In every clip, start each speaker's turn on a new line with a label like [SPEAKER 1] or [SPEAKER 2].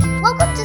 [SPEAKER 1] to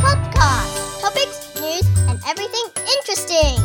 [SPEAKER 1] podcast. Topics, news, and everything interesting.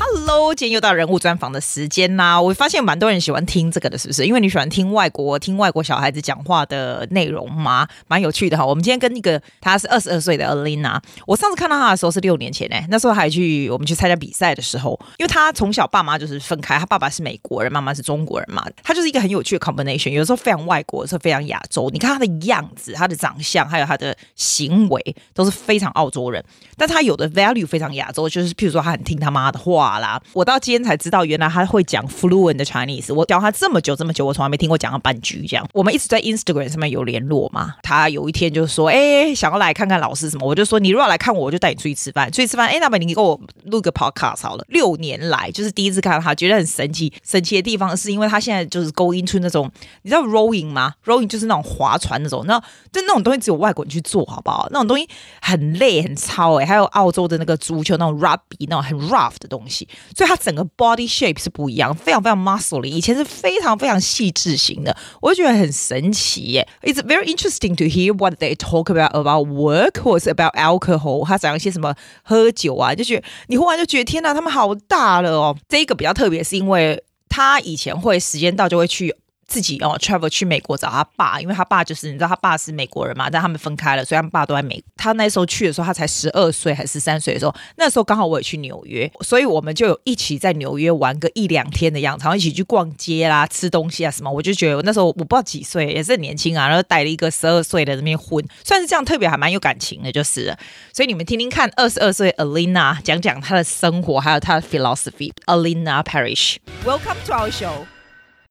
[SPEAKER 2] Hello，今天又到人物专访的时间啦！我发现蛮多人喜欢听这个的，是不是？因为你喜欢听外国听外国小孩子讲话的内容吗？蛮有趣的哈。我们今天跟一个她是二十二岁的 Alina，我上次看到她的时候是六年前哎、那时候还去我们去参加比赛的时候，因为她从小爸妈就是分开，她爸爸是美国人，妈妈是中国人嘛，她就是一个很有趣的 combination，有时候非常外国，有时候非常亚洲。你看她的样子、她的长相，还有她的行为，都是非常澳洲人。但他有的 value 非常亚洲，就是譬如说他很听他妈的话啦。我到今天才知道，原来他会讲 fluent 的 Chinese。我教他这么久这么久，我从来没听过讲到半句这样。我们一直在 Instagram 上面有联络嘛。他有一天就说：“哎、想要来看看老师什么？”我就说：“你如果要来看我，我就带你出去吃饭。出去吃饭，哎、那么你给我录个 podcast 好了。”六年来就是第一次看到他，觉得很神奇。神奇的地方是因为他现在就是勾引出那种，你知道 rowing 吗？rowing 就是那种划船那种，那就那种东西只有外国人去做，好不好？那种东西很累很糙哎、还有澳洲的那个足球那种 rugby 那种很 rough 的东西，所以它整个 body shape 是不一样，非常非常 muscly。以前是非常非常细致型的，我就觉得很神奇耶、It's very interesting to hear what they talk about about work or about alcohol。他讲一些什么喝酒啊，就觉得你忽然就觉得天哪，他们好大了哦。这一个比较特别，是因为他以前会时间到就会去自己哦 travel 去美国找他爸，因为他爸就是你知道他爸是美国人嘛，但他们分开了，所以他们爸都在美。他那时候去的时候，他才十二岁还是十三岁的时候，那时候刚好我也去纽约，所以我们就有一起在纽约玩个一两天的样子，然后一起去逛街啦、吃东西啊什么。我就觉得我那时候我不知道几岁，也是很年轻啊，然后带了一个十二岁的在那边混，算是这样特别还蛮有感情的，就是了。所以你们听听看，二十二岁 Alina 讲讲她的生活，还有她的 philosophy。Alina Parrish。Welcome to our show.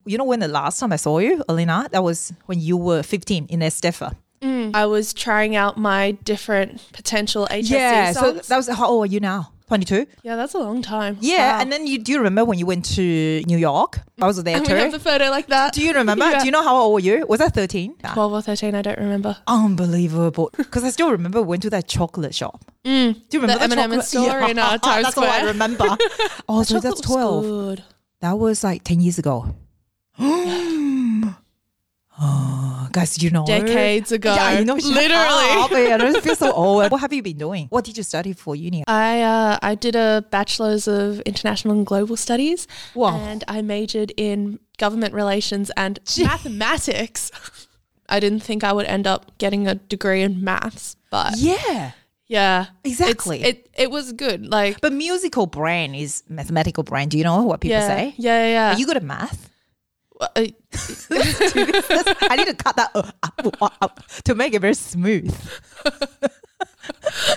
[SPEAKER 2] You know when the last time I saw you, Alina, that was when you were 15 in Estefa.
[SPEAKER 3] I was trying out my different potential HSC
[SPEAKER 2] so
[SPEAKER 3] songs.
[SPEAKER 2] that was how old are you now? 22?
[SPEAKER 3] yeah, that's a long time.
[SPEAKER 2] Yeah,
[SPEAKER 3] Wow.
[SPEAKER 2] and then you do you remember when you went to New York? I was there
[SPEAKER 3] and we
[SPEAKER 2] too.
[SPEAKER 3] have the photo like that.
[SPEAKER 2] Do you remember?
[SPEAKER 3] Yeah.
[SPEAKER 2] Do you know how old were you? Was I 13? Ah,
[SPEAKER 3] Twelve or thirteen, I don't remember.
[SPEAKER 2] Unbelievable. Because I still remember we went to that chocolate shop. Do you
[SPEAKER 3] The
[SPEAKER 2] remember that
[SPEAKER 3] M&M
[SPEAKER 2] chocolate
[SPEAKER 3] store in, uh, Times
[SPEAKER 2] That's all I
[SPEAKER 3] Square.
[SPEAKER 2] remember. oh, so that's
[SPEAKER 3] Chocolate
[SPEAKER 2] 12.
[SPEAKER 3] was good.
[SPEAKER 2] That was like 10 years ago. oh, guys, you know.
[SPEAKER 3] Decades ago.
[SPEAKER 2] Yeah, you know. shut
[SPEAKER 3] Literally.
[SPEAKER 2] up. Yeah, I feel so old. What have you been doing? What did you study for uni?
[SPEAKER 3] I uh, I did a bachelor's of international and global studies,
[SPEAKER 2] Wow.
[SPEAKER 3] and I majored in government relations and mathematics. I didn't think I would end up getting a degree in maths, but
[SPEAKER 2] Yeah.
[SPEAKER 3] yeah, it's-
[SPEAKER 2] Exactly.
[SPEAKER 3] it it was good. Like
[SPEAKER 2] But musical brain is mathematical brain. Do you know what people
[SPEAKER 3] yeah,
[SPEAKER 2] say?
[SPEAKER 3] yeah, yeah, yeah.
[SPEAKER 2] Are you good at math?
[SPEAKER 3] Uh,
[SPEAKER 2] I need to cut that uh, up, up, up to make it very smooth.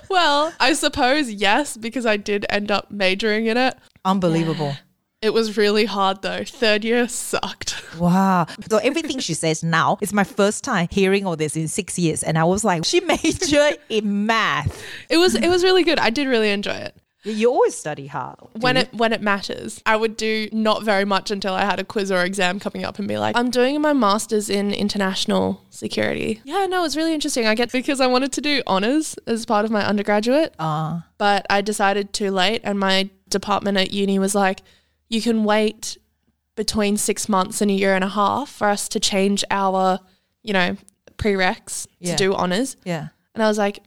[SPEAKER 3] Well, I suppose yes, because I did end up majoring in it.
[SPEAKER 2] Unbelievable.
[SPEAKER 3] It was really hard though. Third year sucked.
[SPEAKER 2] Wow. So everything she says now is my first time hearing all this in six years. And I was like, she majored in math.
[SPEAKER 3] It was it was really good. I did really enjoy it.
[SPEAKER 2] You always study hard.
[SPEAKER 3] When it when it matters, I would do not very much until I had a quiz or exam coming up and be like, I'm doing my masters in international security. Yeah, no, it's really interesting. I get because I wanted to do honors as part of my undergraduate. But I decided too late and my department at uni was like, you can wait between six months and a year and a half for us to change our, you know, prereqs
[SPEAKER 2] Yeah.
[SPEAKER 3] to do honors.
[SPEAKER 2] Yeah.
[SPEAKER 3] And I was like,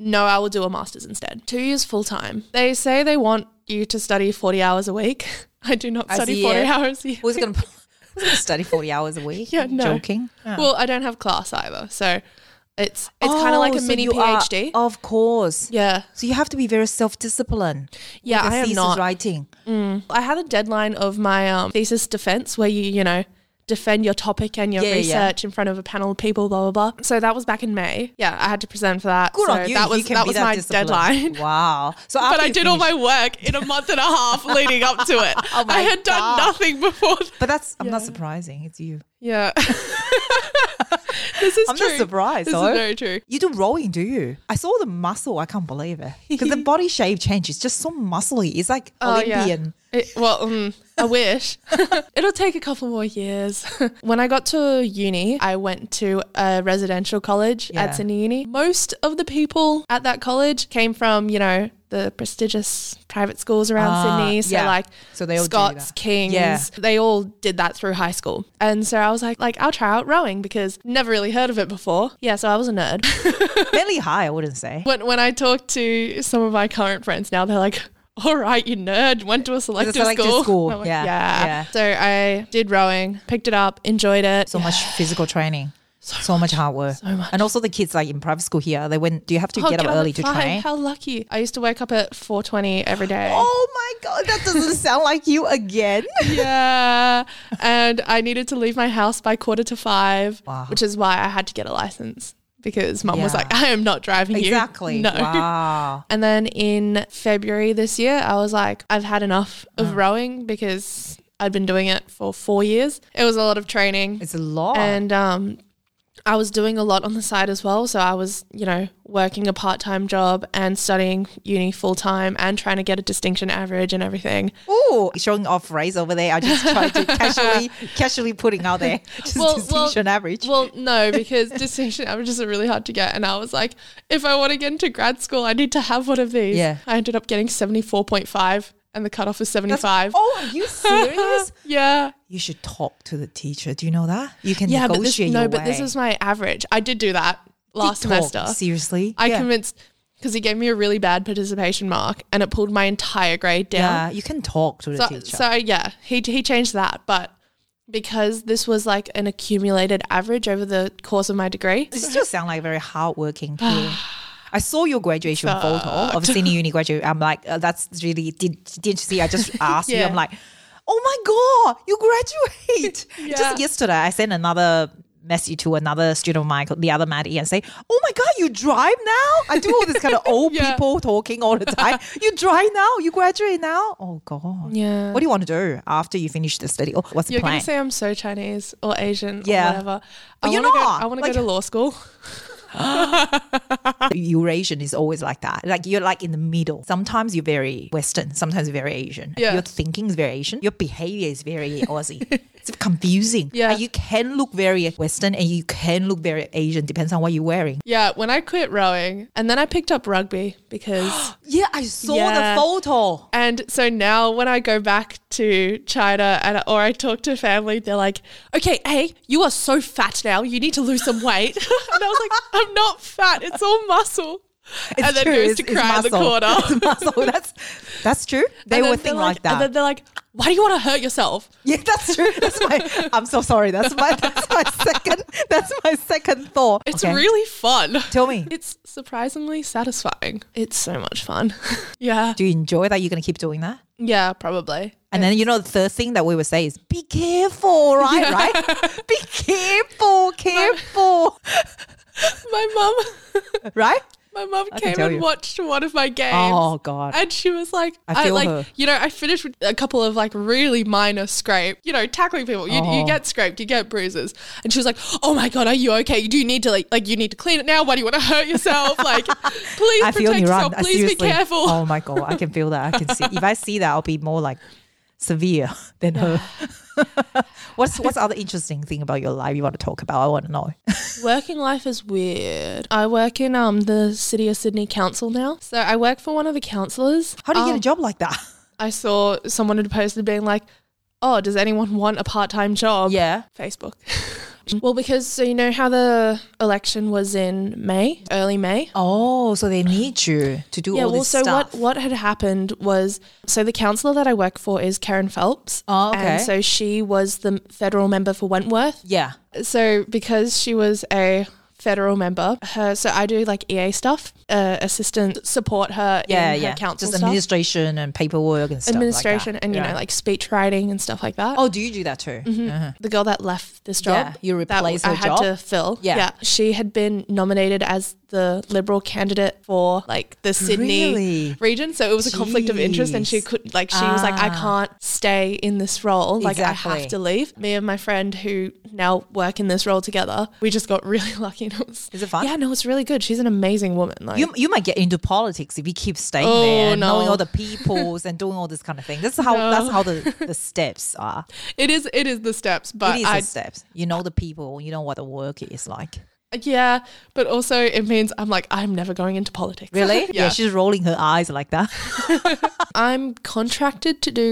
[SPEAKER 3] no, I will do a master's instead. Two years full time. They say they want you to study 40 hours a week. I do not
[SPEAKER 2] I
[SPEAKER 3] study
[SPEAKER 2] see
[SPEAKER 3] 40
[SPEAKER 2] it.
[SPEAKER 3] hours a year.
[SPEAKER 2] Who's going to study 40 hours a week?
[SPEAKER 3] Yeah, no.
[SPEAKER 2] Joking. Yeah.
[SPEAKER 3] Well, I don't have class either. So it's it's kind of like
[SPEAKER 2] Oh,
[SPEAKER 3] a
[SPEAKER 2] so
[SPEAKER 3] mini
[SPEAKER 2] you are-
[SPEAKER 3] PhD.
[SPEAKER 2] of course.
[SPEAKER 3] yeah.
[SPEAKER 2] So you have to be very self-disciplined.
[SPEAKER 3] Yeah,
[SPEAKER 2] with the
[SPEAKER 3] I am
[SPEAKER 2] thesis
[SPEAKER 3] not.
[SPEAKER 2] writing.
[SPEAKER 3] I had a deadline of my um, thesis defense where you, you know, defend your topic and your
[SPEAKER 2] Yeah, yeah, yeah.
[SPEAKER 3] research in front of a panel of people, blah, blah, blah. So that was back in May. Yeah, I had to present for that.
[SPEAKER 2] Good
[SPEAKER 3] so
[SPEAKER 2] on you.
[SPEAKER 3] That was,
[SPEAKER 2] you can
[SPEAKER 3] that
[SPEAKER 2] be
[SPEAKER 3] was
[SPEAKER 2] that
[SPEAKER 3] my
[SPEAKER 2] disciplined.
[SPEAKER 3] deadline.
[SPEAKER 2] Wow. So after
[SPEAKER 3] but I
[SPEAKER 2] you
[SPEAKER 3] did all
[SPEAKER 2] finish-
[SPEAKER 3] my work in a month and a half leading up to it.
[SPEAKER 2] Oh my
[SPEAKER 3] I
[SPEAKER 2] God.
[SPEAKER 3] had done nothing before. th-
[SPEAKER 2] But that's I'm not surprising. It's you.
[SPEAKER 3] yeah. this is
[SPEAKER 2] I'm
[SPEAKER 3] true.
[SPEAKER 2] not surprised.
[SPEAKER 3] This
[SPEAKER 2] though.
[SPEAKER 3] is very true.
[SPEAKER 2] You do rowing, do you? I saw the muscle. I can't believe it because the body shape changes. Just so muscly. It's like
[SPEAKER 3] Oh, yeah.
[SPEAKER 2] Olympian.
[SPEAKER 3] It, well, mm, I wish. It'll take a couple more years. when I got to uni, I went to a residential college
[SPEAKER 2] Yeah.
[SPEAKER 3] at Sydney Uni. Most of the people at that college came from, you know, the prestigious private schools around
[SPEAKER 2] Ah,
[SPEAKER 3] Sydney. So
[SPEAKER 2] yeah.
[SPEAKER 3] like
[SPEAKER 2] So they all do
[SPEAKER 3] Scots,
[SPEAKER 2] that.
[SPEAKER 3] Kings,
[SPEAKER 2] Yeah.
[SPEAKER 3] they all did that through high school. And so I was like, like I'll try out rowing because never really heard of it before. Yeah, so I was a nerd.
[SPEAKER 2] Fairly high, I wouldn't say.
[SPEAKER 3] when when I talk to some of my current friends now, they're like, "All right, you nerd, went to a selective,
[SPEAKER 2] selective
[SPEAKER 3] school."
[SPEAKER 2] school.
[SPEAKER 3] I'm like,
[SPEAKER 2] Yeah,
[SPEAKER 3] yeah, So I did rowing, picked it up, enjoyed it.
[SPEAKER 2] So much physical training. So, much, hard work. So
[SPEAKER 3] much.
[SPEAKER 2] And also the kids like in private school here, they went do you have to
[SPEAKER 3] Oh,
[SPEAKER 2] get up
[SPEAKER 3] at
[SPEAKER 2] early to
[SPEAKER 3] five.
[SPEAKER 2] train?
[SPEAKER 3] How lucky! I used to wake up at four twenty every day.
[SPEAKER 2] Oh my god, that doesn't sound like you again.
[SPEAKER 3] Yeah, and I needed to leave my house by quarter to five,
[SPEAKER 2] Wow.
[SPEAKER 3] which is why I had to get a license because mum was
[SPEAKER 2] Yeah.
[SPEAKER 3] like, "I am not driving you."
[SPEAKER 2] Exactly.
[SPEAKER 3] No.
[SPEAKER 2] Wow.
[SPEAKER 3] And then in February this year, I was like, I've had enough of
[SPEAKER 2] Mm.
[SPEAKER 3] rowing because I'd been doing it for four years. It was a lot of training.
[SPEAKER 2] It's a lot.
[SPEAKER 3] and um, I was doing a lot on the side as well. So I was, you know, working a part time job and studying uni full time and trying to get a distinction average and everything.
[SPEAKER 2] Ooh, showing off raise over there. I just tried to casually casually putting out there just distinction average.
[SPEAKER 3] Well, no, because distinction averages are really hard to get. And I was like, if I want to get into grad school, I need to have one of these.
[SPEAKER 2] Yeah.
[SPEAKER 3] I ended up getting 74.5 and the cutoff is 75.
[SPEAKER 2] Oh, are you serious?
[SPEAKER 3] Yeah.
[SPEAKER 2] you should talk to the teacher. Do you know that? You can
[SPEAKER 3] Yeah, but this,
[SPEAKER 2] negotiate your
[SPEAKER 3] no, but this
[SPEAKER 2] way.
[SPEAKER 3] was my average. I did do that last
[SPEAKER 2] Talk,
[SPEAKER 3] semester.
[SPEAKER 2] Seriously,
[SPEAKER 3] I
[SPEAKER 2] yeah.
[SPEAKER 3] convinced because he gave me a really bad participation mark and it pulled my entire grade down.
[SPEAKER 2] Yeah, you can talk to the
[SPEAKER 3] so,
[SPEAKER 2] teacher.
[SPEAKER 3] so yeah, he he changed that, but because this was like an accumulated average over the course of my degree.
[SPEAKER 2] This just sound like a very hardworking kid. I saw your graduation photo of senior uni graduate. I'm like, uh, that's really did did you see? I just asked you.
[SPEAKER 3] Yeah.
[SPEAKER 2] I'm like, oh my god, you graduate!
[SPEAKER 3] Yeah.
[SPEAKER 2] Just yesterday, I sent another message to another student of mine, the other Maddie, and say, oh my god, you drive now? I do all this kind of old
[SPEAKER 3] Yeah.
[SPEAKER 2] people talking all the time. you drive now? You graduate now? Oh god.
[SPEAKER 3] Yeah.
[SPEAKER 2] What do you want to do after you finish the study? Oh, what's
[SPEAKER 3] You're
[SPEAKER 2] the plan?
[SPEAKER 3] gonna say I'm so Chinese or Asian
[SPEAKER 2] Yeah.
[SPEAKER 3] or whatever. I
[SPEAKER 2] you're
[SPEAKER 3] wanna go-
[SPEAKER 2] not.
[SPEAKER 3] I want to
[SPEAKER 2] Like-
[SPEAKER 3] go to law school.
[SPEAKER 2] Eurasian is always like that. Like you're like in the middle. Sometimes you're very Western, sometimes you're very Asian.
[SPEAKER 3] Yeah.
[SPEAKER 2] Your thinking is very Asian. Your behavior is very Aussie. it's confusing.
[SPEAKER 3] Yeah.
[SPEAKER 2] Like, you can look very Western and you can look very Asian, depends on what you're wearing.
[SPEAKER 3] Yeah, when I quit rowing and then I picked up rugby because
[SPEAKER 2] Yeah, I saw
[SPEAKER 3] Yeah.
[SPEAKER 2] the photo.
[SPEAKER 3] And so now when I go back to China and or I talk to family, they're like, "Okay, hey, you are so fat now. You need to lose some weight." and I was like, "I'm not fat. It's all muscle."
[SPEAKER 2] It's
[SPEAKER 3] and then
[SPEAKER 2] true.
[SPEAKER 3] who's
[SPEAKER 2] it's-
[SPEAKER 3] to
[SPEAKER 2] it's
[SPEAKER 3] cry in the
[SPEAKER 2] muscle.
[SPEAKER 3] corner?
[SPEAKER 2] It's muscle. That's that's true. They
[SPEAKER 3] And then
[SPEAKER 2] will
[SPEAKER 3] they're
[SPEAKER 2] think like,
[SPEAKER 3] And
[SPEAKER 2] that.
[SPEAKER 3] then they're like, "Why do you want to hurt yourself?"
[SPEAKER 2] Yeah, that's true. That's my. I'm so sorry. That's my. That's my second. That's my second thought.
[SPEAKER 3] It's
[SPEAKER 2] Okay.
[SPEAKER 3] really fun.
[SPEAKER 2] Tell me.
[SPEAKER 3] It's surprisingly satisfying. It's so much fun. yeah.
[SPEAKER 2] Do you enjoy that? You're gonna keep doing that?
[SPEAKER 3] Yeah, probably.
[SPEAKER 2] And then you know the third thing that we would say is be careful, right? Right? Be careful, careful,
[SPEAKER 3] My mum
[SPEAKER 2] right?
[SPEAKER 3] My mum
[SPEAKER 2] can
[SPEAKER 3] came
[SPEAKER 2] tell
[SPEAKER 3] and
[SPEAKER 2] you.
[SPEAKER 3] watched one of my games.
[SPEAKER 2] Oh, God.
[SPEAKER 3] And she was like,
[SPEAKER 2] I
[SPEAKER 3] I,
[SPEAKER 2] feel
[SPEAKER 3] like
[SPEAKER 2] her.
[SPEAKER 3] you know, I finished with a couple of like really minor scrape. You know, tackling people, you, you
[SPEAKER 2] Oh.
[SPEAKER 3] get scraped, you get bruises. And she was like, Oh my god, are you okay? You do need to like like you need to clean it now. Why do you want to hurt yourself? Like, please
[SPEAKER 2] I feel
[SPEAKER 3] protect
[SPEAKER 2] you run.
[SPEAKER 3] yourself. Please be careful.
[SPEAKER 2] Oh my god, I can feel that. I can see. If I see that, I'll be more like severe than her. what's what's other interesting thing about your life you want to talk about? I want to know.
[SPEAKER 3] Working life is weird. I work in um the City of Sydney Council now. So I work for one of the councillors.
[SPEAKER 2] How do you
[SPEAKER 3] Um,
[SPEAKER 2] get a job like that?
[SPEAKER 3] I saw someone had posted being like, "Oh, does anyone want a part-time job?"
[SPEAKER 2] Yeah.
[SPEAKER 3] Facebook. well, because so you know how the election was in May, early May.
[SPEAKER 2] Oh, so they need you to do
[SPEAKER 3] Yeah,
[SPEAKER 2] all
[SPEAKER 3] well,
[SPEAKER 2] this
[SPEAKER 3] so
[SPEAKER 2] stuff.
[SPEAKER 3] what what had happened was so the councillor that I work for is Karen Phelps.
[SPEAKER 2] Oh, okay.
[SPEAKER 3] And so she was the federal member for Wentworth.
[SPEAKER 2] yeah.
[SPEAKER 3] So because she was a federal member, her so I do like EA stuff, uh, assistant support her
[SPEAKER 2] Yeah,
[SPEAKER 3] in
[SPEAKER 2] yeah.
[SPEAKER 3] her council
[SPEAKER 2] Just
[SPEAKER 3] stuff,
[SPEAKER 2] administration and paperwork and stuff. like that.
[SPEAKER 3] administration, and you
[SPEAKER 2] Yeah.
[SPEAKER 3] know like speech writing and stuff like that.
[SPEAKER 2] Oh, do you do that too? Uh-huh.
[SPEAKER 3] the girl that left this job,
[SPEAKER 2] Yeah, you
[SPEAKER 3] that
[SPEAKER 2] replace her
[SPEAKER 3] I had
[SPEAKER 2] job?
[SPEAKER 3] to fill.
[SPEAKER 2] Yeah.
[SPEAKER 3] she had been nominated as the Liberal candidate for like the Sydney
[SPEAKER 2] Really?
[SPEAKER 3] region, so it was a conflict of interest, and she
[SPEAKER 2] Jeez. Ah.
[SPEAKER 3] could like she was like, I can't stay in this role, like I
[SPEAKER 2] Exactly.
[SPEAKER 3] have to leave. Me and my friend who now work in this role together, we just got really lucky. And it was,
[SPEAKER 2] Is it fun?
[SPEAKER 3] Yeah, no, it's really good. She's an amazing woman. Like,
[SPEAKER 2] You, you might get into politics if you keep staying
[SPEAKER 3] Oh,
[SPEAKER 2] there, and knowing
[SPEAKER 3] no.
[SPEAKER 2] all the peoples and doing all this kind of thing. This is how that's how the, the steps are.
[SPEAKER 3] it is, it is the steps,
[SPEAKER 2] It
[SPEAKER 3] but
[SPEAKER 2] is
[SPEAKER 3] I
[SPEAKER 2] the steps. You know the people. You know what the work is like.
[SPEAKER 3] Yeah, but also it means I'm like, I'm never going into politics.
[SPEAKER 2] Really? yeah.
[SPEAKER 3] yeah.
[SPEAKER 2] she's rolling her eyes like that.
[SPEAKER 3] I'm contracted to do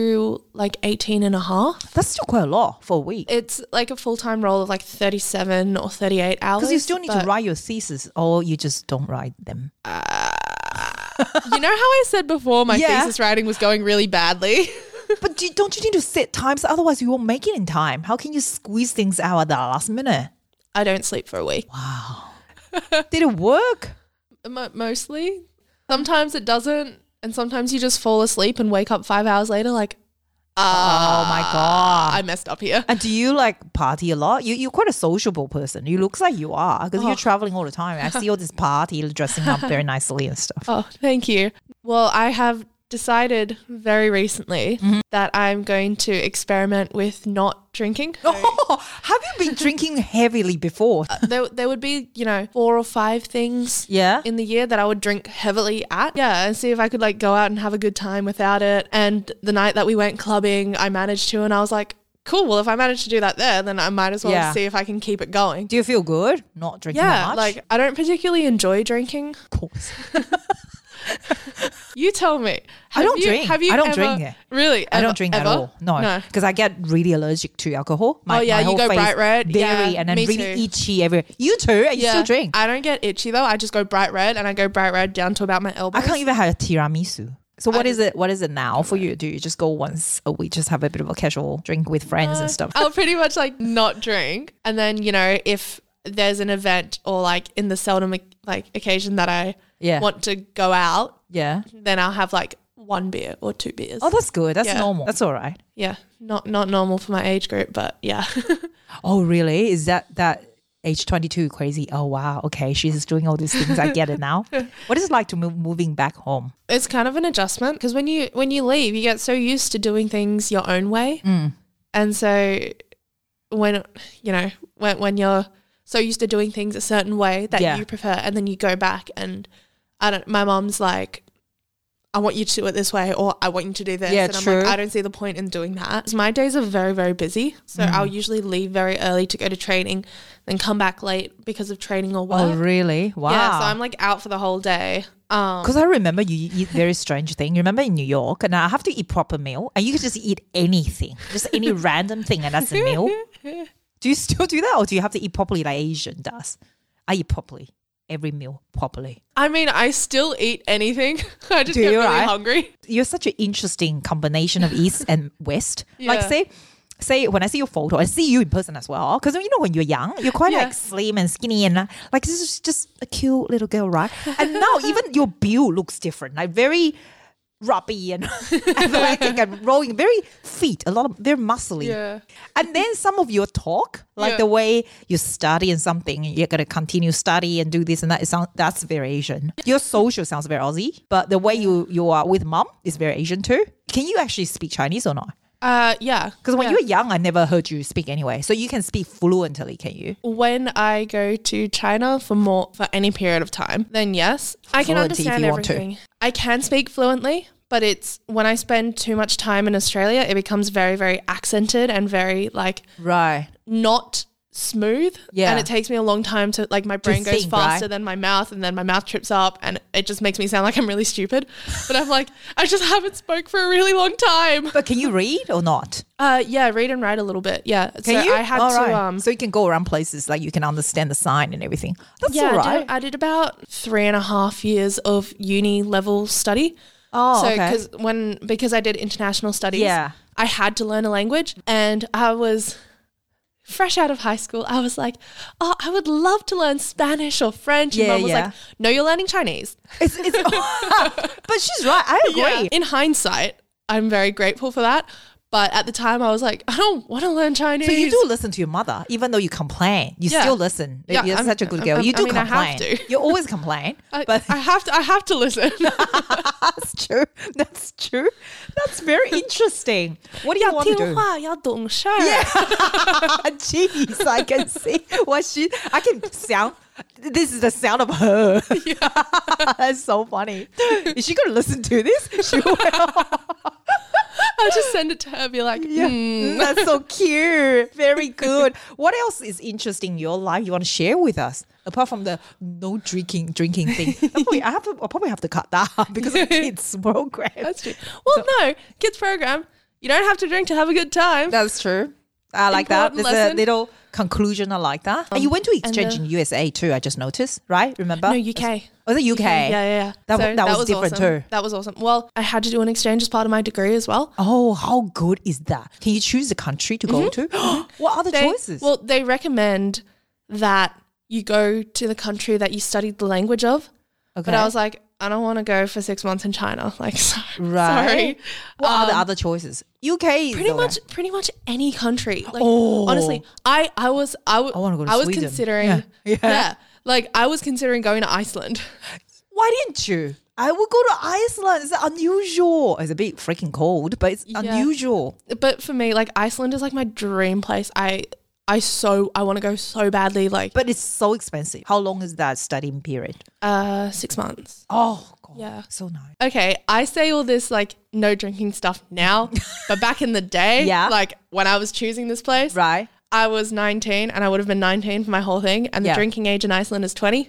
[SPEAKER 3] like 18 and a half.
[SPEAKER 2] That's still quite a lot for a week.
[SPEAKER 3] It's like a full time role of like 37 or 38 hours.
[SPEAKER 2] Because you still need to
[SPEAKER 3] but-
[SPEAKER 2] write your thesis or you just don't write them.
[SPEAKER 3] You know how I said before my
[SPEAKER 2] Yeah.
[SPEAKER 3] thesis writing was going really badly?
[SPEAKER 2] But do, don't you need to set times? Otherwise, you won't make it in time. How can you squeeze things out at the last minute?
[SPEAKER 3] I don't sleep for a week.
[SPEAKER 2] Did it work?
[SPEAKER 3] Mo mostly. Sometimes it doesn't. And sometimes you just fall asleep and wake up five hours later like,
[SPEAKER 2] oh my god!
[SPEAKER 3] I messed up here.
[SPEAKER 2] And do you like party a lot? You you're quite a sociable person. You looks like you are because
[SPEAKER 3] Oh.
[SPEAKER 2] you're traveling all the time. I see all this party dressing up very nicely and stuff.
[SPEAKER 3] Oh, thank you. Well, I have decided very recently
[SPEAKER 2] Mm-hmm.
[SPEAKER 3] that I'm going to experiment with not drinking. Oh,
[SPEAKER 2] have you been drinking heavily before?
[SPEAKER 3] there, there would be, you know, four or five things
[SPEAKER 2] yeah.
[SPEAKER 3] in the year that I would drink heavily at. Yeah, and see if I could like go out and have a good time without it. And the night that we went clubbing, I managed to, and I was like, cool. Well, if I managed to do that there, then I might as well
[SPEAKER 2] Yeah.
[SPEAKER 3] see if I can keep it going.
[SPEAKER 2] Do you feel good not drinking that
[SPEAKER 3] Yeah,
[SPEAKER 2] much?
[SPEAKER 3] like I don't particularly enjoy drinking.
[SPEAKER 2] of course.
[SPEAKER 3] You tell me. Have
[SPEAKER 2] don't
[SPEAKER 3] you-
[SPEAKER 2] drink.
[SPEAKER 3] Have you
[SPEAKER 2] I don't
[SPEAKER 3] ever-
[SPEAKER 2] drink it.
[SPEAKER 3] Really?
[SPEAKER 2] I
[SPEAKER 3] Ever-
[SPEAKER 2] don't drink at
[SPEAKER 3] ever?
[SPEAKER 2] all. No,
[SPEAKER 3] No.
[SPEAKER 2] because I get really allergic to alcohol. My,
[SPEAKER 3] Oh, yeah,
[SPEAKER 2] my
[SPEAKER 3] you
[SPEAKER 2] whole
[SPEAKER 3] go
[SPEAKER 2] face
[SPEAKER 3] bright red.
[SPEAKER 2] very,
[SPEAKER 3] Yeah,
[SPEAKER 2] and then
[SPEAKER 3] me
[SPEAKER 2] really
[SPEAKER 3] too.
[SPEAKER 2] itchy everywhere. You too, and you still drink. I,
[SPEAKER 3] I don't get itchy though. I just go bright red and I go bright red down to about my elbows.
[SPEAKER 2] can't even have a tiramisu. So what is it? What is it now for you? Do you just go once a week, just have a bit of a casual drink with friends and stuff?
[SPEAKER 3] Uh, I'll pretty much like not drink. And then, you know, if there's an event or like in the seldom like occasion that I
[SPEAKER 2] Yeah.
[SPEAKER 3] want to go out,
[SPEAKER 2] yeah.
[SPEAKER 3] then I'll have like one beer or two beers.
[SPEAKER 2] Oh, that's good. That's
[SPEAKER 3] Yeah.
[SPEAKER 2] normal. That's all right.
[SPEAKER 3] yeah. Not not normal for my age group, but yeah.
[SPEAKER 2] Oh, really? Is that that age twenty two crazy? Oh, wow. Okay, she's doing all these things. I get it now. What is it like to move moving back home?
[SPEAKER 3] it's kind of an adjustment because when you when you leave, you get so used to doing things your own way.
[SPEAKER 2] Mm.
[SPEAKER 3] And so when you know, when when you're so used to doing things a certain way that
[SPEAKER 2] Yeah.
[SPEAKER 3] you prefer and then you go back and I don't my mom's like I want you to do it this way or I want you to do this
[SPEAKER 2] Yeah,
[SPEAKER 3] and I'm
[SPEAKER 2] true.
[SPEAKER 3] like I don't see the point in doing that. 'Cause my days are very very busy. So
[SPEAKER 2] Mm.
[SPEAKER 3] I'll usually leave very early to go to training then come back late because of training or work.
[SPEAKER 2] Oh, really? Wow.
[SPEAKER 3] Yeah, so I'm like out for the whole day. Um
[SPEAKER 2] Because I remember you eat very strange thing. You remember in New York, and I have to eat proper meal, and you can just eat anything, just any random thing, and that's a meal. Do you still do that, or do you have to eat properly like Asian does? I eat properly every meal properly.
[SPEAKER 3] I mean, I still eat anything. I just
[SPEAKER 2] Do
[SPEAKER 3] get
[SPEAKER 2] you,
[SPEAKER 3] really
[SPEAKER 2] right?
[SPEAKER 3] hungry.
[SPEAKER 2] You're such an interesting combination of East and West. Like
[SPEAKER 3] Yeah.
[SPEAKER 2] say. Say when I see your photo, I see you in person as well. Because you know when you're young, you're quite
[SPEAKER 3] Yeah.
[SPEAKER 2] like slim and skinny, and uh, like this is just a cute little girl, right? And now even your build looks different, like very rubby and athletic and rolling, very fit, a lot of very muscly.
[SPEAKER 3] Yeah.
[SPEAKER 2] And then some of your talk, like
[SPEAKER 3] Yeah.
[SPEAKER 2] the way you study and something, you're gonna continue study and do this and that. It sounds that's very Asian. Your social sounds very Aussie, but the way you you are with mom is very Asian too. Can you actually speak Chinese or not?
[SPEAKER 3] Uh, yeah.
[SPEAKER 2] Because when
[SPEAKER 3] yeah.
[SPEAKER 2] you were young, I never heard you speak anyway. So you can speak fluently, can you?
[SPEAKER 3] when I go to China for more for any period of time, then yes, I can
[SPEAKER 2] Fluency if
[SPEAKER 3] understand
[SPEAKER 2] you want to.
[SPEAKER 3] everything. I can speak fluently, but it's when I spend too much time in Australia, it becomes very, very accented and very like
[SPEAKER 2] Right.
[SPEAKER 3] not smooth.
[SPEAKER 2] Yeah.
[SPEAKER 3] and it takes me a long time to like my brain goes
[SPEAKER 2] think,
[SPEAKER 3] faster
[SPEAKER 2] right?
[SPEAKER 3] than my mouth, and then my mouth trips up, and it just makes me sound like I'm really stupid. but I'm like, I just haven't spoke for a really long time.
[SPEAKER 2] But can you read or not?
[SPEAKER 3] Uh, yeah, read and write a little bit. Yeah,
[SPEAKER 2] Can
[SPEAKER 3] so
[SPEAKER 2] you?
[SPEAKER 3] I had
[SPEAKER 2] All
[SPEAKER 3] to.
[SPEAKER 2] right.
[SPEAKER 3] Um,
[SPEAKER 2] so you can go around places like you can understand the sign and everything. That's
[SPEAKER 3] yeah,
[SPEAKER 2] all
[SPEAKER 3] I,
[SPEAKER 2] right.
[SPEAKER 3] did, I did about three and a half years of uni level study.
[SPEAKER 2] oh,
[SPEAKER 3] so
[SPEAKER 2] okay.
[SPEAKER 3] because when because I did international studies,
[SPEAKER 2] Yeah.
[SPEAKER 3] I had to learn a language, and I was fresh out of high school. I was like, oh, I would love to learn Spanish or French.
[SPEAKER 2] Yeah,
[SPEAKER 3] and mom was
[SPEAKER 2] yeah.
[SPEAKER 3] like, no, you're learning Chinese.
[SPEAKER 2] It's, it's, but she's right. I agree.
[SPEAKER 3] In hindsight, I'm very grateful for that. But at the time, I was like, I don't want to learn Chinese.
[SPEAKER 2] So you do listen to your mother, even though you complain. You
[SPEAKER 3] Yeah.
[SPEAKER 2] still listen.
[SPEAKER 3] Yeah,
[SPEAKER 2] You're
[SPEAKER 3] I'm-
[SPEAKER 2] such a good
[SPEAKER 3] I'm-
[SPEAKER 2] girl.
[SPEAKER 3] I'm-
[SPEAKER 2] you
[SPEAKER 3] I
[SPEAKER 2] do
[SPEAKER 3] mean, I
[SPEAKER 2] complain.
[SPEAKER 3] have to.
[SPEAKER 2] You always complain.
[SPEAKER 3] I,
[SPEAKER 2] but
[SPEAKER 3] I have to. I have to listen.
[SPEAKER 2] that's true. That's true. That's very interesting. What do you want to do?
[SPEAKER 3] 听话，要懂事儿。
[SPEAKER 2] Jeez, I can see what she. I can sound. This is the sound of her. That's so funny. Is she going to listen to this? She will.
[SPEAKER 3] I'll just send it to her. Be like,
[SPEAKER 2] Yeah.
[SPEAKER 3] "Hmm,
[SPEAKER 2] Mm, That's so cute. Very good. what else is interesting in your life you want to share with us? Apart from the no drinking drinking thing. I probably, I have to, I'll probably have to cut that out because of kids program.
[SPEAKER 3] that's true. Well, no, kids program. You don't have to drink to have a good time.
[SPEAKER 2] That's true. I like that.
[SPEAKER 3] Important
[SPEAKER 2] There's a
[SPEAKER 3] lesson.
[SPEAKER 2] little conclusion I like that. And you went to exchange
[SPEAKER 3] uh,
[SPEAKER 2] in USA too, I just noticed, right? Remember?
[SPEAKER 3] No, UK.
[SPEAKER 2] Was it UK?
[SPEAKER 3] Yeah, yeah, yeah.
[SPEAKER 2] That wa- that was different
[SPEAKER 3] awesome.
[SPEAKER 2] too.
[SPEAKER 3] That was awesome. Well, I had to do an exchange as part of my degree as well.
[SPEAKER 2] Oh, how good is that? Can you choose the country to go to? what are Oh, the
[SPEAKER 3] Mm-hmm. They-
[SPEAKER 2] choices?
[SPEAKER 3] Well, they recommend that you go to the country that you studied the language of. But I was like, I don't want to go for six months in China. Like, so,
[SPEAKER 2] Right.
[SPEAKER 3] sorry.
[SPEAKER 2] what are the other choices? UK is
[SPEAKER 3] um, Pretty
[SPEAKER 2] the one.
[SPEAKER 3] much, pretty much any country. Like,
[SPEAKER 2] Oh.
[SPEAKER 3] honestly, I, I was, I, w-
[SPEAKER 2] I wanna go to
[SPEAKER 3] I was
[SPEAKER 2] Sweden.
[SPEAKER 3] considering,
[SPEAKER 2] Yeah.
[SPEAKER 3] yeah.
[SPEAKER 2] Yeah.
[SPEAKER 3] like I was considering going to Iceland.
[SPEAKER 2] Why didn't you? I will go to Iceland. It's unusual. It's a bit freaking cold, but it's unusual.
[SPEAKER 3] But for me, like Iceland is like my dream place. I, I so, I want to go so badly. Like,
[SPEAKER 2] But it's so expensive. How long is that studying period?
[SPEAKER 3] uh, six months.
[SPEAKER 2] Oh god.
[SPEAKER 3] Yeah.
[SPEAKER 2] So nice.
[SPEAKER 3] okay, I say all this like no drinking stuff now, but back in the day,
[SPEAKER 2] Yeah.
[SPEAKER 3] like when I was choosing this place,
[SPEAKER 2] Right.
[SPEAKER 3] I was 19 and I would have been 19 for my whole thing. And
[SPEAKER 2] Yeah.
[SPEAKER 3] the drinking age in Iceland is 20.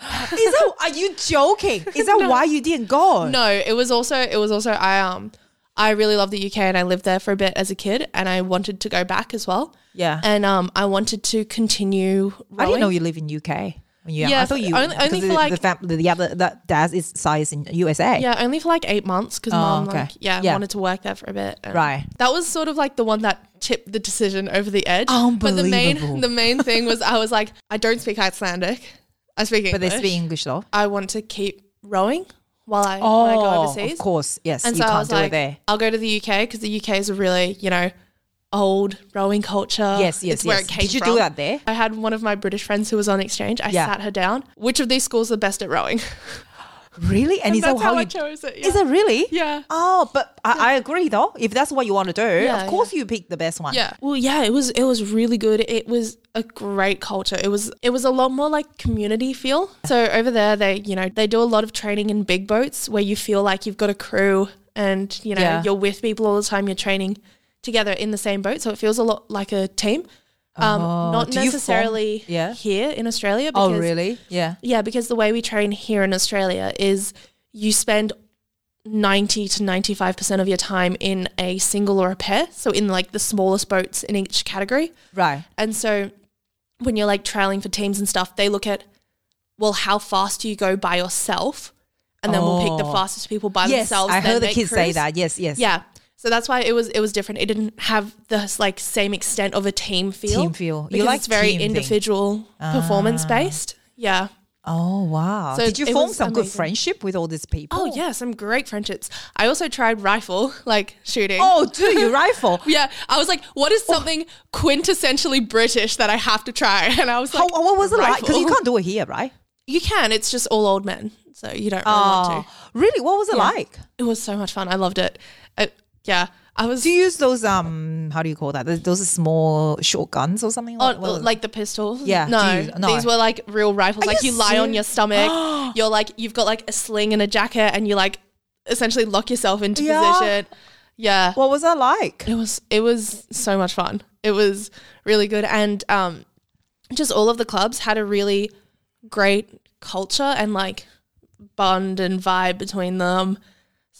[SPEAKER 2] Is that are you joking? Is that why you didn't go?
[SPEAKER 3] No, it was also, it was also, I, um, I really love the UK and I lived there for a bit as a kid and I wanted to go back as well.
[SPEAKER 2] Yeah.
[SPEAKER 3] And, um, I wanted to continue.
[SPEAKER 2] I didn't
[SPEAKER 3] rowing.
[SPEAKER 2] know you live in UK. When you, yeah, I
[SPEAKER 3] Yeah,
[SPEAKER 2] thought you
[SPEAKER 3] only-
[SPEAKER 2] because
[SPEAKER 3] only for
[SPEAKER 2] the, the
[SPEAKER 3] like-
[SPEAKER 2] family, the other that dad is size in USA.
[SPEAKER 3] Yeah, only for like eight months because mom,
[SPEAKER 2] Oh, okay.
[SPEAKER 3] like, yeah,
[SPEAKER 2] Yeah.
[SPEAKER 3] wanted to work there for a bit. And
[SPEAKER 2] Right.
[SPEAKER 3] That was sort of like the one that tipped the decision over the edge. But the
[SPEAKER 2] Unbelievable.
[SPEAKER 3] main, the main thing was I was like, I don't speak Icelandic. I speak English.
[SPEAKER 2] But they speak English though.
[SPEAKER 3] I want to keep rowing while I, when I go
[SPEAKER 2] Oh, of
[SPEAKER 3] overseas.
[SPEAKER 2] course. Yes,
[SPEAKER 3] And
[SPEAKER 2] you
[SPEAKER 3] so I
[SPEAKER 2] can't
[SPEAKER 3] was
[SPEAKER 2] do it
[SPEAKER 3] like,
[SPEAKER 2] there.
[SPEAKER 3] I'll go to the UK because the UK is a really, you know, old rowing culture.
[SPEAKER 2] Yes, yes,
[SPEAKER 3] It's where
[SPEAKER 2] yes.
[SPEAKER 3] it came
[SPEAKER 2] Did you do
[SPEAKER 3] from.
[SPEAKER 2] that there?
[SPEAKER 3] I had one of my British friends who was on exchange. I
[SPEAKER 2] Yeah.
[SPEAKER 3] sat her down. Which of these schools are the best at rowing?
[SPEAKER 2] Really? And, is that
[SPEAKER 3] That's
[SPEAKER 2] how,
[SPEAKER 3] how I
[SPEAKER 2] you?
[SPEAKER 3] chose it.
[SPEAKER 2] Is
[SPEAKER 3] yeah.
[SPEAKER 2] it really?
[SPEAKER 3] Yeah.
[SPEAKER 2] Oh, but I, I agree though. If that's what you want to do,
[SPEAKER 3] Yeah,
[SPEAKER 2] of course you pick the best one.
[SPEAKER 3] Yeah. Well, yeah, it was it was really good. It was a great culture. It was it was a lot more like community feel. So over there they, you know, they do a lot of training in big boats where you feel like you've got a crew and, you know,
[SPEAKER 2] Yeah.
[SPEAKER 3] you're with people all the time, you're training together in the same boat. So it feels a lot like a team. Um,
[SPEAKER 2] Oh,
[SPEAKER 3] not
[SPEAKER 2] do you form-
[SPEAKER 3] necessarily
[SPEAKER 2] Yeah.
[SPEAKER 3] here in Australia
[SPEAKER 2] Oh,
[SPEAKER 3] because
[SPEAKER 2] really? Yeah.
[SPEAKER 3] yeah, because the way we train here in Australia is you spend 90 to 95% of your time in a single or a pair. So in like the smallest boats in each category.
[SPEAKER 2] Right.
[SPEAKER 3] And so when you're like trailing for teams and stuff, they look at, well, how fast do you go by yourself? And then we'll pick the
[SPEAKER 2] Oh.
[SPEAKER 3] fastest people by
[SPEAKER 2] Yes,
[SPEAKER 3] themselves.
[SPEAKER 2] I
[SPEAKER 3] then
[SPEAKER 2] heard the
[SPEAKER 3] make
[SPEAKER 2] kids say
[SPEAKER 3] crews.
[SPEAKER 2] that. Yes, yes.
[SPEAKER 3] Yeah. So that's why it was it was different. It didn't have the like same extent of a team feel.
[SPEAKER 2] Team feel. You
[SPEAKER 3] Because
[SPEAKER 2] like
[SPEAKER 3] it's very
[SPEAKER 2] team thing. Ah.
[SPEAKER 3] individual performance based. Yeah.
[SPEAKER 2] Oh wow.
[SPEAKER 3] So
[SPEAKER 2] Did you
[SPEAKER 3] it
[SPEAKER 2] form
[SPEAKER 3] was
[SPEAKER 2] some good
[SPEAKER 3] amazing.
[SPEAKER 2] friendship with all these people?
[SPEAKER 3] Oh yeah, some great friendships. I also tried rifle, like shooting.
[SPEAKER 2] Oh, do you rifle?
[SPEAKER 3] Yeah, I was like, what is something quintessentially British that I have to try? And I was
[SPEAKER 2] How,
[SPEAKER 3] like,
[SPEAKER 2] what was it like? Because you
[SPEAKER 3] rifle.
[SPEAKER 2] can't do it here, right?
[SPEAKER 3] You can. It's just all old men, so you don't really want
[SPEAKER 2] Oh.
[SPEAKER 3] to.
[SPEAKER 2] really? What was it like?
[SPEAKER 3] It was so much fun. I loved it. it yeah, I was
[SPEAKER 2] Do you use those um? How do you call that? Those- Those small short guns or something?
[SPEAKER 3] on, uh,
[SPEAKER 2] What- what was it?
[SPEAKER 3] like the pistols.
[SPEAKER 2] Yeah,
[SPEAKER 3] no,
[SPEAKER 2] do you- no.
[SPEAKER 3] these were like real rifles. like
[SPEAKER 2] you
[SPEAKER 3] you lie on
[SPEAKER 2] serious?
[SPEAKER 3] your stomach. you're like you've got like a sling and a jacket, and you like essentially lock yourself into
[SPEAKER 2] Yeah.
[SPEAKER 3] position. Yeah.
[SPEAKER 2] what was that like?
[SPEAKER 3] it was it was so much fun. It was really good, and um, just all of the clubs had a really great culture and like bond and vibe between them.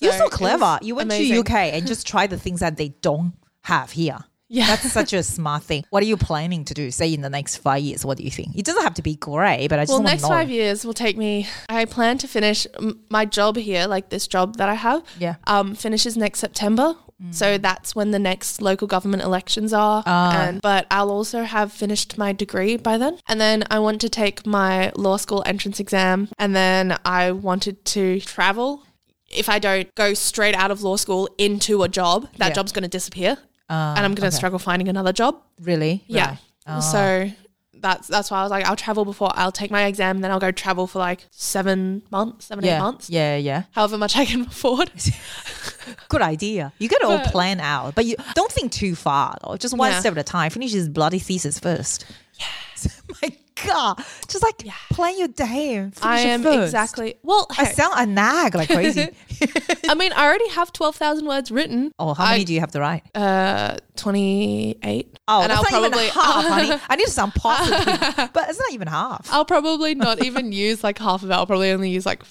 [SPEAKER 2] You're so
[SPEAKER 3] it was
[SPEAKER 2] clever. You went
[SPEAKER 3] amazing.
[SPEAKER 2] to UK and just try the things that they don't have here.
[SPEAKER 3] Yeah.
[SPEAKER 2] That's such a smart thing. What are you planning to do, say, in the next five years? What do you think? It doesn't have to be great, but I just
[SPEAKER 3] Well,
[SPEAKER 2] want
[SPEAKER 3] next
[SPEAKER 2] to know.
[SPEAKER 3] five years will take me. I plan to finish m- my job here, like this job that I have.
[SPEAKER 2] Yeah. Mm.
[SPEAKER 3] Um, finishes next September, so that's when the next local government elections are.
[SPEAKER 2] Ah.
[SPEAKER 3] and, but I'll also have finished my degree by then, and then I want to take my law school entrance exam, and then I wanted to travel. If I don't go straight out of law school into a job, that
[SPEAKER 2] Yeah.
[SPEAKER 3] job's going to disappear,
[SPEAKER 2] Ah,
[SPEAKER 3] and I'm going to struggle finding another job.
[SPEAKER 2] Really?
[SPEAKER 3] Yeah.
[SPEAKER 2] Right. Oh.
[SPEAKER 3] So that's that's why I was like, I'll travel before I'll take my exam, and then I'll go travel for like seven months, seven
[SPEAKER 2] Yeah.
[SPEAKER 3] eight months,
[SPEAKER 2] Yeah, yeah.
[SPEAKER 3] however much I can afford.
[SPEAKER 2] Good idea. You got to all
[SPEAKER 3] But-
[SPEAKER 2] plan out, but you don't think too far though. Just one
[SPEAKER 3] Yeah.
[SPEAKER 2] step at a time. Finish this bloody thesis first. Yes. Oh My god! Just like
[SPEAKER 3] Yeah.
[SPEAKER 2] play your game. Finish
[SPEAKER 3] I
[SPEAKER 2] it
[SPEAKER 3] am
[SPEAKER 2] first.
[SPEAKER 3] exactly. Well,
[SPEAKER 2] I
[SPEAKER 3] hey,
[SPEAKER 2] sound I nag like crazy.
[SPEAKER 3] I mean, I already have 12,000 words written.
[SPEAKER 2] oh, how
[SPEAKER 3] I-
[SPEAKER 2] many do you have to write?
[SPEAKER 3] Uh, 28.
[SPEAKER 2] Oh,
[SPEAKER 3] and
[SPEAKER 2] that's
[SPEAKER 3] I'll Um,
[SPEAKER 2] not
[SPEAKER 3] probably
[SPEAKER 2] even half, honey. I need to sound positive, but it's not even half.
[SPEAKER 3] I'll probably not even use like half of it. I'll probably only use like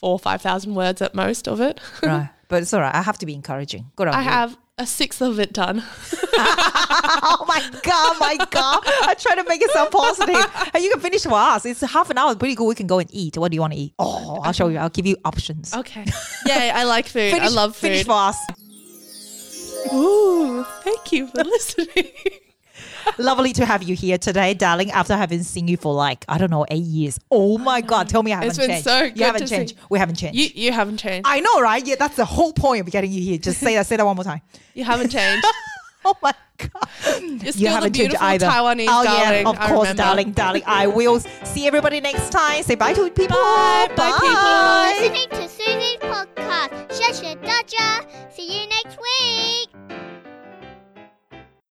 [SPEAKER 3] four or 5,000 words at most of it.
[SPEAKER 2] Right, but it's all right. I have to be encouraging. Good on
[SPEAKER 3] I
[SPEAKER 2] you.
[SPEAKER 3] have a sixth of it done.
[SPEAKER 2] oh my god, my god! I try to make it sound positive, and you can finish for us. It's half an hour, pretty good. We can go and eat. What do you want to eat? Oh, I'll show you. I'll give you options.
[SPEAKER 3] Okay. Yeah, I like food. I
[SPEAKER 2] Finish-
[SPEAKER 3] love
[SPEAKER 2] Finish
[SPEAKER 3] food.
[SPEAKER 2] for us.
[SPEAKER 3] Ooh, thank you for listening.
[SPEAKER 2] Lovely to have you here today, darling. After having seen you for like I don't know eight years. Oh my god! Tell me I haven't
[SPEAKER 3] It's been
[SPEAKER 2] changed.
[SPEAKER 3] so good
[SPEAKER 2] you haven't
[SPEAKER 3] to see-
[SPEAKER 2] changed. We haven't changed.
[SPEAKER 3] you you haven't changed.
[SPEAKER 2] I know, right? Yeah, that's the whole point of getting you here. Just say that. Say that one more time.
[SPEAKER 3] You haven't changed.
[SPEAKER 2] Oh my god!
[SPEAKER 3] You're still
[SPEAKER 2] you haven't
[SPEAKER 3] the
[SPEAKER 2] changed
[SPEAKER 3] beautiful
[SPEAKER 2] either.
[SPEAKER 3] Taiwanese
[SPEAKER 2] oh
[SPEAKER 3] darling.
[SPEAKER 2] yeah, of
[SPEAKER 3] I
[SPEAKER 2] course,
[SPEAKER 3] remember.
[SPEAKER 2] darling, darling. I will see everybody next time. Say bye to people.
[SPEAKER 3] Bye, bye, people.
[SPEAKER 1] Listening to Susie's podcast. Shasha Dodger. See you next week.